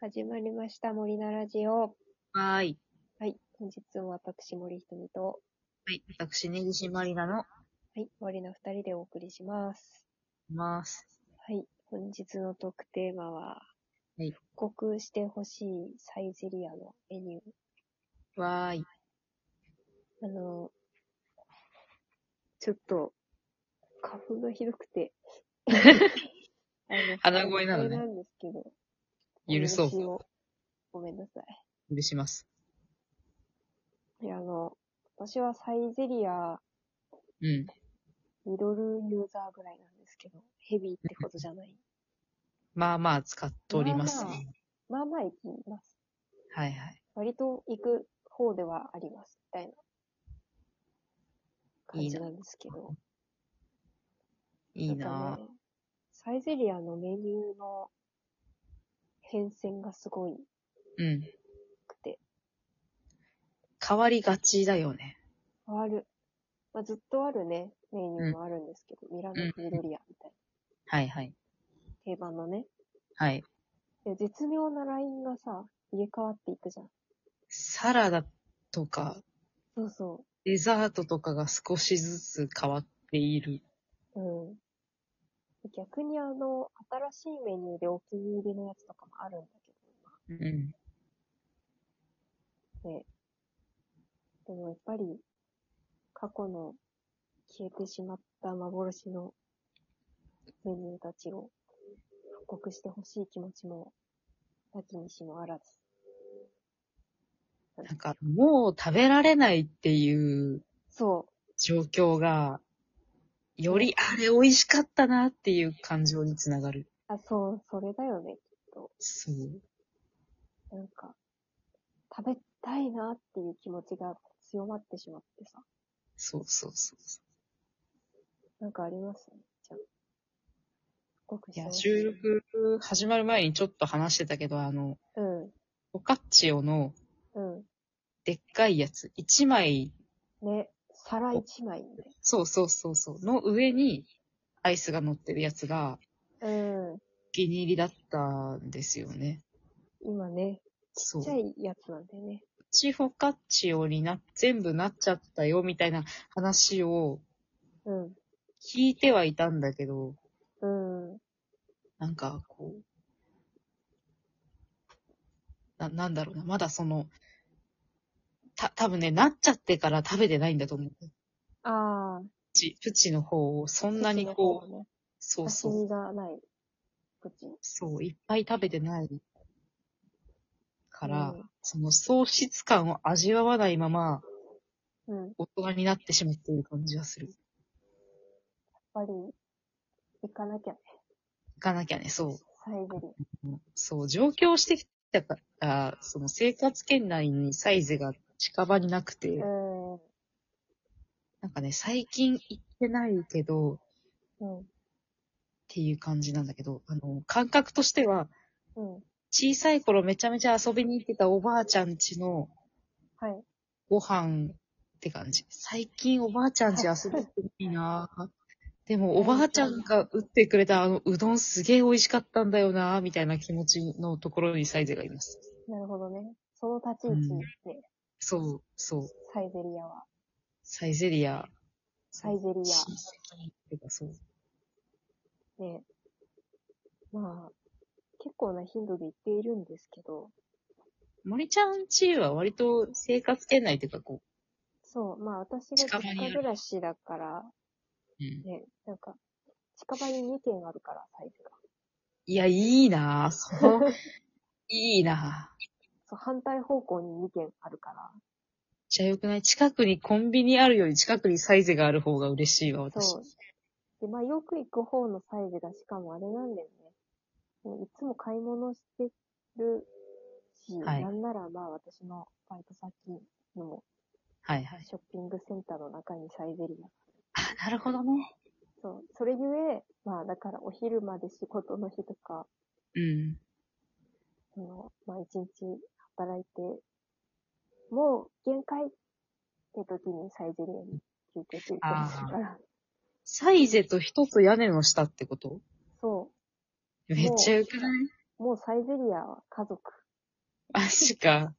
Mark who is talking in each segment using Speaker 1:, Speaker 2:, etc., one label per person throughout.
Speaker 1: 始まりました、森菜ラジオ。
Speaker 2: はーい。
Speaker 1: はい、本日も私、森ひとみと、
Speaker 2: はい。私、根岸まりなの、
Speaker 1: はい、森の二人でお送りします。
Speaker 2: います。
Speaker 1: はい、本日のトークテーマは、
Speaker 2: はい
Speaker 1: 復刻してほしいサイゼリアのメニュー。
Speaker 2: わーい。
Speaker 1: あの、ちょっと、花粉がひどく て。あの
Speaker 2: 鼻声なのね
Speaker 1: 鼻なんですけど。
Speaker 2: 許そう
Speaker 1: お話をごめんなさい。
Speaker 2: 許します。
Speaker 1: いや、あの、私はサイゼリア、
Speaker 2: うん。
Speaker 1: ミドルユーザーぐらいなんですけど、ヘビーってことじゃない。
Speaker 2: まあまあ使っております。
Speaker 1: まあままあまあ行きます。
Speaker 2: はいはい。
Speaker 1: 割と行く方ではあります、みたいな感じなんですけど。
Speaker 2: いい
Speaker 1: なんか
Speaker 2: な
Speaker 1: ねサイゼリアのメニューの変遷がすごい
Speaker 2: ぁ。うん。
Speaker 1: くて、
Speaker 2: 変わりがちだよね。
Speaker 1: 変わる。まあ、ずっとあるね、メニューもあるんですけど、ミラノフードリアみたいな、
Speaker 2: はいはい。
Speaker 1: 定番のね。
Speaker 2: はい。
Speaker 1: で絶妙なラインがさ、入れ替わっていくじゃん。
Speaker 2: サラダとか、
Speaker 1: そうそう。
Speaker 2: デザートとかが少しずつ変わっている。
Speaker 1: うん。逆にあの、新しいメニューでお気に入りのやつとかもあるんだけ
Speaker 2: うん。
Speaker 1: ど、ね。でもやっぱり、過去の消えてしまった幻のメニューたちを復刻してほしい気持ちも、なきにしもあらず。
Speaker 2: なんか、もう食べられないっていう
Speaker 1: そ
Speaker 2: 状況が、より、あれ美味しかったなっていう感情につながる。
Speaker 1: う。あ、そう、それだよね。
Speaker 2: そう。
Speaker 1: なんか、食べたいなっていう気持ちが強まってしまってさ。
Speaker 2: そうそうそうそう。
Speaker 1: なんかありますじゃあ。ごく
Speaker 2: いや、
Speaker 1: し
Speaker 2: 収録始まる前にちょっと話してたけど、あの、
Speaker 1: うん、
Speaker 2: フォカッチオの
Speaker 1: う
Speaker 2: でっかいやつ、1枚、
Speaker 1: ん。ね、皿一枚ね。
Speaker 2: そうそうそうそう、の上にアイスが乗ってるやつが
Speaker 1: うん。
Speaker 2: お気に入りだったんですよね。
Speaker 1: 今ね、ち
Speaker 2: そ
Speaker 1: っ
Speaker 2: う。
Speaker 1: ちゃいやつなんだよね。
Speaker 2: チフォカッチオにな、全部なっちゃったよ、みたいな話を
Speaker 1: うん。
Speaker 2: 聞いてはいたんだけど、
Speaker 1: うん。
Speaker 2: なんか、こう、な、なんだろうな、まだその、た、多分ね、なっちゃってから食べてないんだと思う。
Speaker 1: ああ。
Speaker 2: プチ、プチの方をそんなにこう、
Speaker 1: う。
Speaker 2: そう
Speaker 1: 刺
Speaker 2: そう、
Speaker 1: 身がない。プチ。
Speaker 2: そう、いっぱい食べてないから、
Speaker 1: うん
Speaker 2: その喪失感を味わわないまま
Speaker 1: うん。やっ
Speaker 2: 大人になってしまっている感じがする。
Speaker 1: ぱり、行かなきゃね。
Speaker 2: 行かなきゃね、そ
Speaker 1: サイゼリ
Speaker 2: う。そう、上京してきたから、その生活圏内にサイズが近場になくて、
Speaker 1: ア。うん。
Speaker 2: なんかね、最近行ってないけど、っ
Speaker 1: うん。
Speaker 2: ていう感じなんだけど、あの、感覚としては、
Speaker 1: うん。
Speaker 2: 小さい頃めちゃめちゃ遊びに行ってたおばあちゃん家の、
Speaker 1: はい。
Speaker 2: ご飯って感じ。最近おばあちゃんち遊びに行っていいなぁ。でもおばあちゃんが打ってくれたあのうどんすげえ美味しかったんだよなぁ、みたいな気持ちのところにサイゼがいます。
Speaker 1: なるほどね。その立ち位置
Speaker 2: うん
Speaker 1: ね、
Speaker 2: そう、そう。
Speaker 1: サイゼリアは。
Speaker 2: サイゼリア。
Speaker 1: サイゼリア。
Speaker 2: 親戚ってかそう。
Speaker 1: ね、まあ、結構な頻度で行っているんですけど、
Speaker 2: 森ちゃんちは割と生活圏内っていうかこ
Speaker 1: そう、まあ私が
Speaker 2: 近場に
Speaker 1: 実
Speaker 2: あ
Speaker 1: 家
Speaker 2: る
Speaker 1: 暮らしだから、
Speaker 2: う。うん。
Speaker 1: ね、なんか、近場に2軒あるから、サイズが。
Speaker 2: いや、いいなぁ。 そう。いいなぁ。
Speaker 1: そう、反対方向に2軒あるから、
Speaker 2: じゃあよくない近くにコンビニあるより近くにサイゼがある方が嬉しいわ、私。
Speaker 1: そう。で、まあよく行く方のサイズが、しかもあれなんだよね。もういつも買い物してるし、
Speaker 2: はい
Speaker 1: なんならまあ私のバイト先の
Speaker 2: はいはい。
Speaker 1: ショッピングセンターの中にサイゼリア
Speaker 2: あ、なるほどね。
Speaker 1: そう。それゆえ、まあだからお昼まで仕事の日とか、
Speaker 2: うん。
Speaker 1: その、まあ一日働いて、もう限界って時にサイゼリアに休憩する
Speaker 2: あー
Speaker 1: から。
Speaker 2: サイゼと一つ屋根の下ってこと
Speaker 1: そ
Speaker 2: めっちゃ良くない
Speaker 1: もうサイゼリアは家族。
Speaker 2: 確か。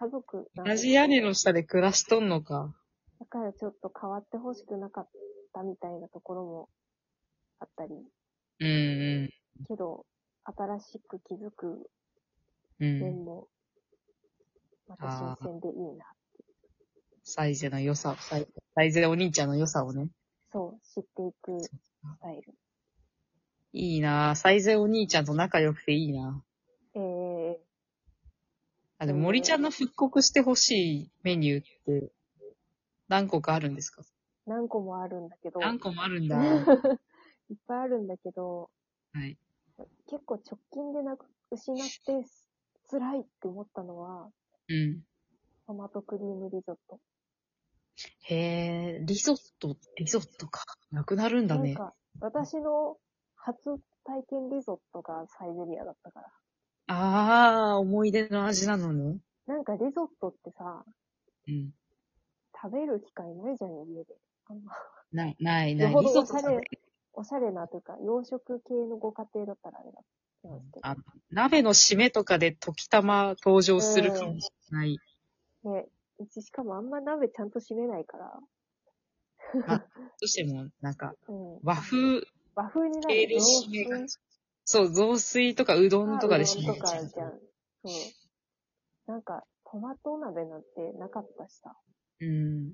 Speaker 1: 家族なん
Speaker 2: 同
Speaker 1: です
Speaker 2: じ屋根の下で暮らしとんのか。
Speaker 1: だからちょっと変わってほしくなかったみたいなところもあったり、
Speaker 2: うん
Speaker 1: けど、新しく気づく
Speaker 2: うん。うん。
Speaker 1: 面も、また新鮮でいいな。
Speaker 2: サイゼの良さ、サイサイゼお兄ちゃんの良さをね。
Speaker 1: そう、知っていくスタイル。
Speaker 2: いいなぁ。サイゼお兄ちゃんと仲良くていいな
Speaker 1: えー、
Speaker 2: あ、でも森ちゃんの復刻してほしいメニューって何個かあるんですか
Speaker 1: 何個もあるんだけど、
Speaker 2: 何個もあるん だ。
Speaker 1: いっぱいあるんだけど、
Speaker 2: はい。
Speaker 1: 結構直近でなく、失ってす辛いって思ったのは、
Speaker 2: うん。
Speaker 1: トマトクリームリゾット。
Speaker 2: へえ、リゾット、リゾットか。なくなるんだね
Speaker 1: なん。か、私の初体験リゾットがサイゼリアだったから。
Speaker 2: ああ、思い出の味なのね。
Speaker 1: なんかリゾットってさ、
Speaker 2: うん。
Speaker 1: 食べる機会ないじゃん、家で。あんま
Speaker 2: ない、ない、
Speaker 1: よ
Speaker 2: ない。
Speaker 1: ほ
Speaker 2: リ
Speaker 1: ど
Speaker 2: ゾ
Speaker 1: お
Speaker 2: ッ
Speaker 1: し
Speaker 2: ト
Speaker 1: ゃ
Speaker 2: 食べ
Speaker 1: れ、おしゃれなというか、洋食系のご家庭だったらあれだったんですけ
Speaker 2: あ鍋の締めとかで時たま登場するかもしれない。
Speaker 1: ど。ね、うちしかもあんま鍋ちゃんと閉めないから、
Speaker 2: どうしても、なんか、
Speaker 1: うん。
Speaker 2: 和風
Speaker 1: 和風にな
Speaker 2: 系
Speaker 1: る
Speaker 2: で締めが、そう、雑炊とかうどんとかで締め
Speaker 1: と
Speaker 2: がち
Speaker 1: かじゃん。そう。なんか、トマト鍋なんてなかったしさ。
Speaker 2: うん。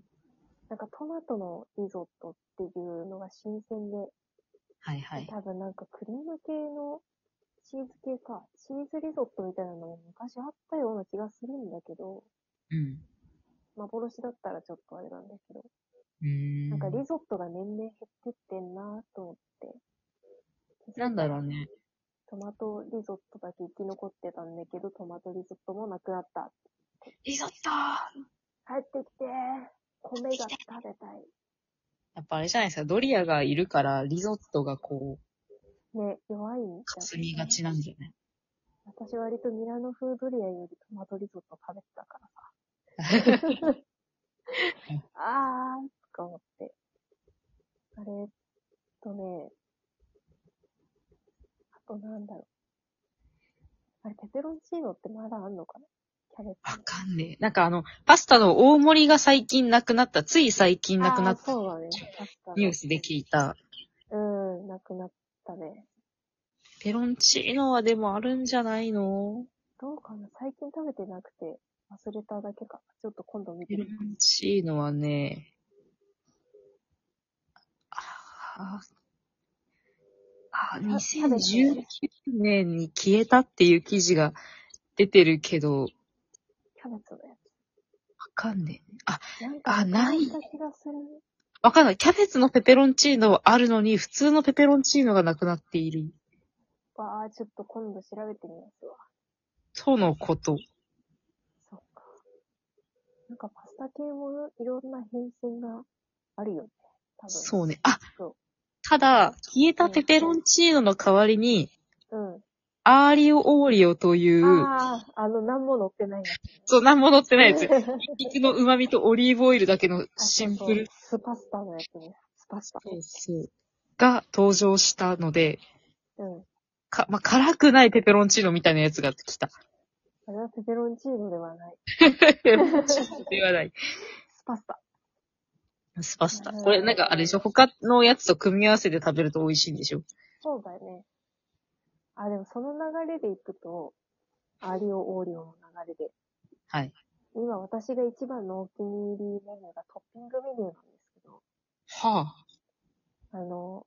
Speaker 1: なんかトマトのリゾットっていうのが新鮮で、
Speaker 2: はいはい。
Speaker 1: 多分なんかクリーム系のチーズ系か、チーズリゾットみたいなのも昔あったような気がするんだけど、
Speaker 2: うん。
Speaker 1: 幻だったらちょっとあれなんだけど、
Speaker 2: うーん。
Speaker 1: なんかリゾットが年々減ってってんなぁと思って。
Speaker 2: なんだろうね。
Speaker 1: トマトリゾットだけ生き残ってたんだけど、トマトリゾットもなくなった。
Speaker 2: リゾットや
Speaker 1: 帰ってきて米が食べたい。
Speaker 2: っぱあれじゃないですか、ドリアがいるから、リゾットがこう、
Speaker 1: ね、弱いん
Speaker 2: かすみがちなんじゃない
Speaker 1: 私割とミラノ風ドリアよりトマトリゾット食べてたから さ。あーとか思って。あれとね、あとなんだろう。あれ、ペペロンチーノってまだあんのかなキャベ
Speaker 2: わ
Speaker 1: ツ。
Speaker 2: かんねえ。なんかあの、パスタの大盛りが最近なくなった、つい最近なくな
Speaker 1: あ
Speaker 2: っ
Speaker 1: ー
Speaker 2: た
Speaker 1: そうだね。パスタの
Speaker 2: ニュースで聞いた。
Speaker 1: うん、なくなったね。
Speaker 2: ペロンチーノはでもあるんじゃないの
Speaker 1: どうかな最近食べてなくて忘れただけか。ちょっと今度見て
Speaker 2: ペロ
Speaker 1: みる。
Speaker 2: ンチーノはね、ああ、あー2019年に消えたっていう記事が出てるけど、わ
Speaker 1: キャベツのや
Speaker 2: かんねえ。あ、
Speaker 1: つ。なんか、
Speaker 2: あない
Speaker 1: た気がする。
Speaker 2: わかんない。キャベツのペペロンチーノはあるのに、普通のペペロンチーノがなくなっている。
Speaker 1: わあ、ちょっと今度調べてみますわ。
Speaker 2: とのこと。
Speaker 1: そっか。なんかパスタ系もいろんな変遷があるよね。多分。
Speaker 2: そうね。あ、
Speaker 1: そ
Speaker 2: ただ、消えたペペロンチーノの代わりに、
Speaker 1: う。う
Speaker 2: アーリオオーリオとい
Speaker 1: ん。
Speaker 2: う、
Speaker 1: ああ、あの、何も乗ってないや
Speaker 2: そう、なんも乗ってない や
Speaker 1: つ。
Speaker 2: つ。肉の旨味とオリーブオイルだけの
Speaker 1: あ
Speaker 2: シンプル。。
Speaker 1: そうそうスパスタのやつね。スパスタ。
Speaker 2: そうそう。が登場したので、
Speaker 1: うん。
Speaker 2: か、まあ、辛くないペペロンチーノみたいなやつが 来た。
Speaker 1: あれはペペロンチーノではない。
Speaker 2: ペペロンチーノではない。
Speaker 1: スパスタ。
Speaker 2: スパスタ。これなんかあれでしょ他のやつと組み合わせて食べると美味しいんでしょ
Speaker 1: そうだよね。あ、でもその流れでいくと、アリオ、オーリオの流れで。
Speaker 2: はい。
Speaker 1: 今私が一番のお気に入りメニューがトッピングメニューなんですけど、
Speaker 2: はあ。
Speaker 1: あの、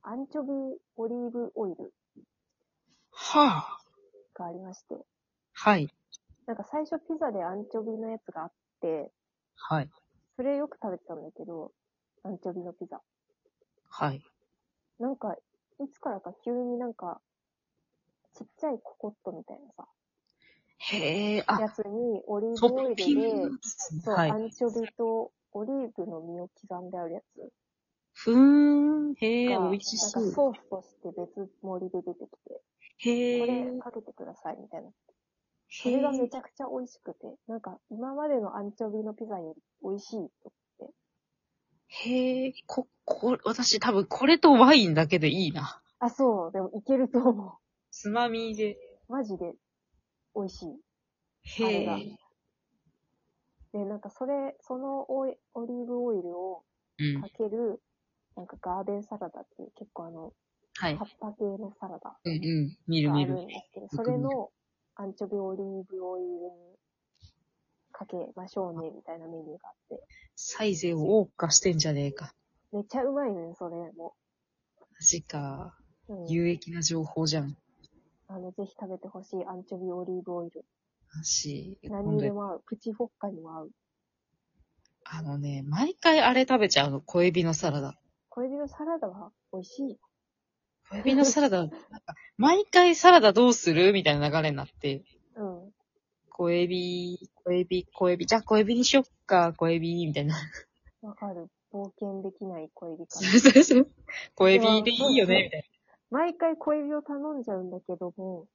Speaker 1: アンチョビオリーブオイル
Speaker 2: はあ。
Speaker 1: がありまして、
Speaker 2: はい。
Speaker 1: なんか最初ピザでアンチョビのやつがあって、
Speaker 2: はい。
Speaker 1: それよく食べてたんだけど、アンチョビのピザ。
Speaker 2: はい。
Speaker 1: なんか、いつからか急になんか、ちっちゃいココットみたいなさ、
Speaker 2: へえ、あ、
Speaker 1: やつにオリーブ
Speaker 2: ト
Speaker 1: オイ
Speaker 2: ッ
Speaker 1: ルで
Speaker 2: ピン、グですね。
Speaker 1: そう、
Speaker 2: はい
Speaker 1: ア。ンチョビとオリーブの実を刻んであるやつ
Speaker 2: ふーん。へえ、
Speaker 1: が、な
Speaker 2: 美
Speaker 1: ん
Speaker 2: 味
Speaker 1: か
Speaker 2: しそう。
Speaker 1: ソースとして別盛りで出てきて、こ
Speaker 2: へ
Speaker 1: れ
Speaker 2: え。
Speaker 1: かけてくださいみたいな。そ
Speaker 2: へ
Speaker 1: れ
Speaker 2: え
Speaker 1: が。めちゃくちゃ美味しくて、なんか今までのアンチョビのピザより美味しいと。
Speaker 2: へえ、こ、こ、私多分これとワインだけでいいな。
Speaker 1: あ、そう、でもいけると思う。
Speaker 2: つまみで。
Speaker 1: マジで美味しい。
Speaker 2: へ
Speaker 1: あ
Speaker 2: え。
Speaker 1: で、なんかそれ、そのオイオリーブオイルを
Speaker 2: うん
Speaker 1: か。ける、なんかガーデンサラダっていう結構あの、
Speaker 2: はい
Speaker 1: 葉。っぱ系のサラダ
Speaker 2: うんうん。見る
Speaker 1: があ
Speaker 2: 見
Speaker 1: る
Speaker 2: る。
Speaker 1: んですけど、
Speaker 2: 見る
Speaker 1: それのアンチョビオリーブオイルかけましょうねみたいなメニューがあって、
Speaker 2: サイゼを謳歌してんじゃねえか。
Speaker 1: めっちゃうまいのよ、それも。
Speaker 2: マジか。
Speaker 1: うん、
Speaker 2: 有益な情報じゃん。
Speaker 1: あの、ぜひ食べてほしいアンチョビオリーブオイル。
Speaker 2: マジ。
Speaker 1: 何
Speaker 2: 今
Speaker 1: に
Speaker 2: 度
Speaker 1: でも合う。プチフォッカにも合う。
Speaker 2: あのね、毎回あれ食べちゃうの。小エビのサラダ。
Speaker 1: 小エビのサラダは美味しい。
Speaker 2: 小エビのサラダ、なんか、毎回サラダどうするみたいな流れになって、
Speaker 1: うん。
Speaker 2: 小エビ、小エビ、小エビ、じゃあ小エビにしよっか、小エビ、みたいな。
Speaker 1: わかる。冒険できない小エビか
Speaker 2: そ
Speaker 1: な。
Speaker 2: うそうそう。小エビでいいよね、みたい
Speaker 1: 毎回小エビを頼んじゃうんだけども、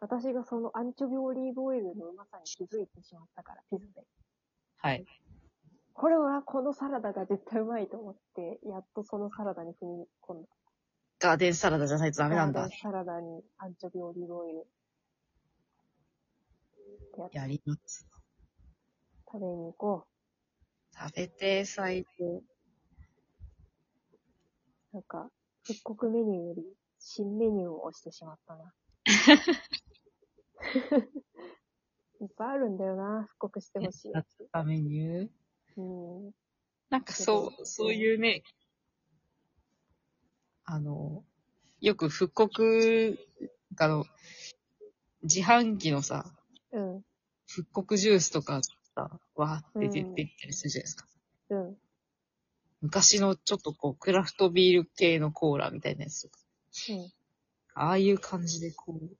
Speaker 1: 私がそのアンチョビオリーブオイルのうまさに気づいてしまったから、ピザで。
Speaker 2: な。はい。
Speaker 1: これはこのサラダが絶対うまいと思って、やっとそのサラダに踏み込んだ。
Speaker 2: ガーデンサラダじゃないとダメなんだ。
Speaker 1: サラダにアンチョビオリーブオイル。ってやつ
Speaker 2: やります。
Speaker 1: 食べに行こ
Speaker 2: 食べて、最高。
Speaker 1: う。なんか、復刻メニューより新メニューを押してしまった な。いっぱいあるんだよな、復刻してほしいやつ。
Speaker 2: たメニュー
Speaker 1: うん。
Speaker 2: なんかそう、そういうね、あの、よく復刻、あの、自販機のさ、
Speaker 1: うん。
Speaker 2: 復刻ジュースとかさ、わーって出てきたりするじゃないですか。
Speaker 1: うん。
Speaker 2: 昔のちょっとこう、クラフトビール系のコーラみたいなやつとか。
Speaker 1: うん。
Speaker 2: ああいう感じでこう、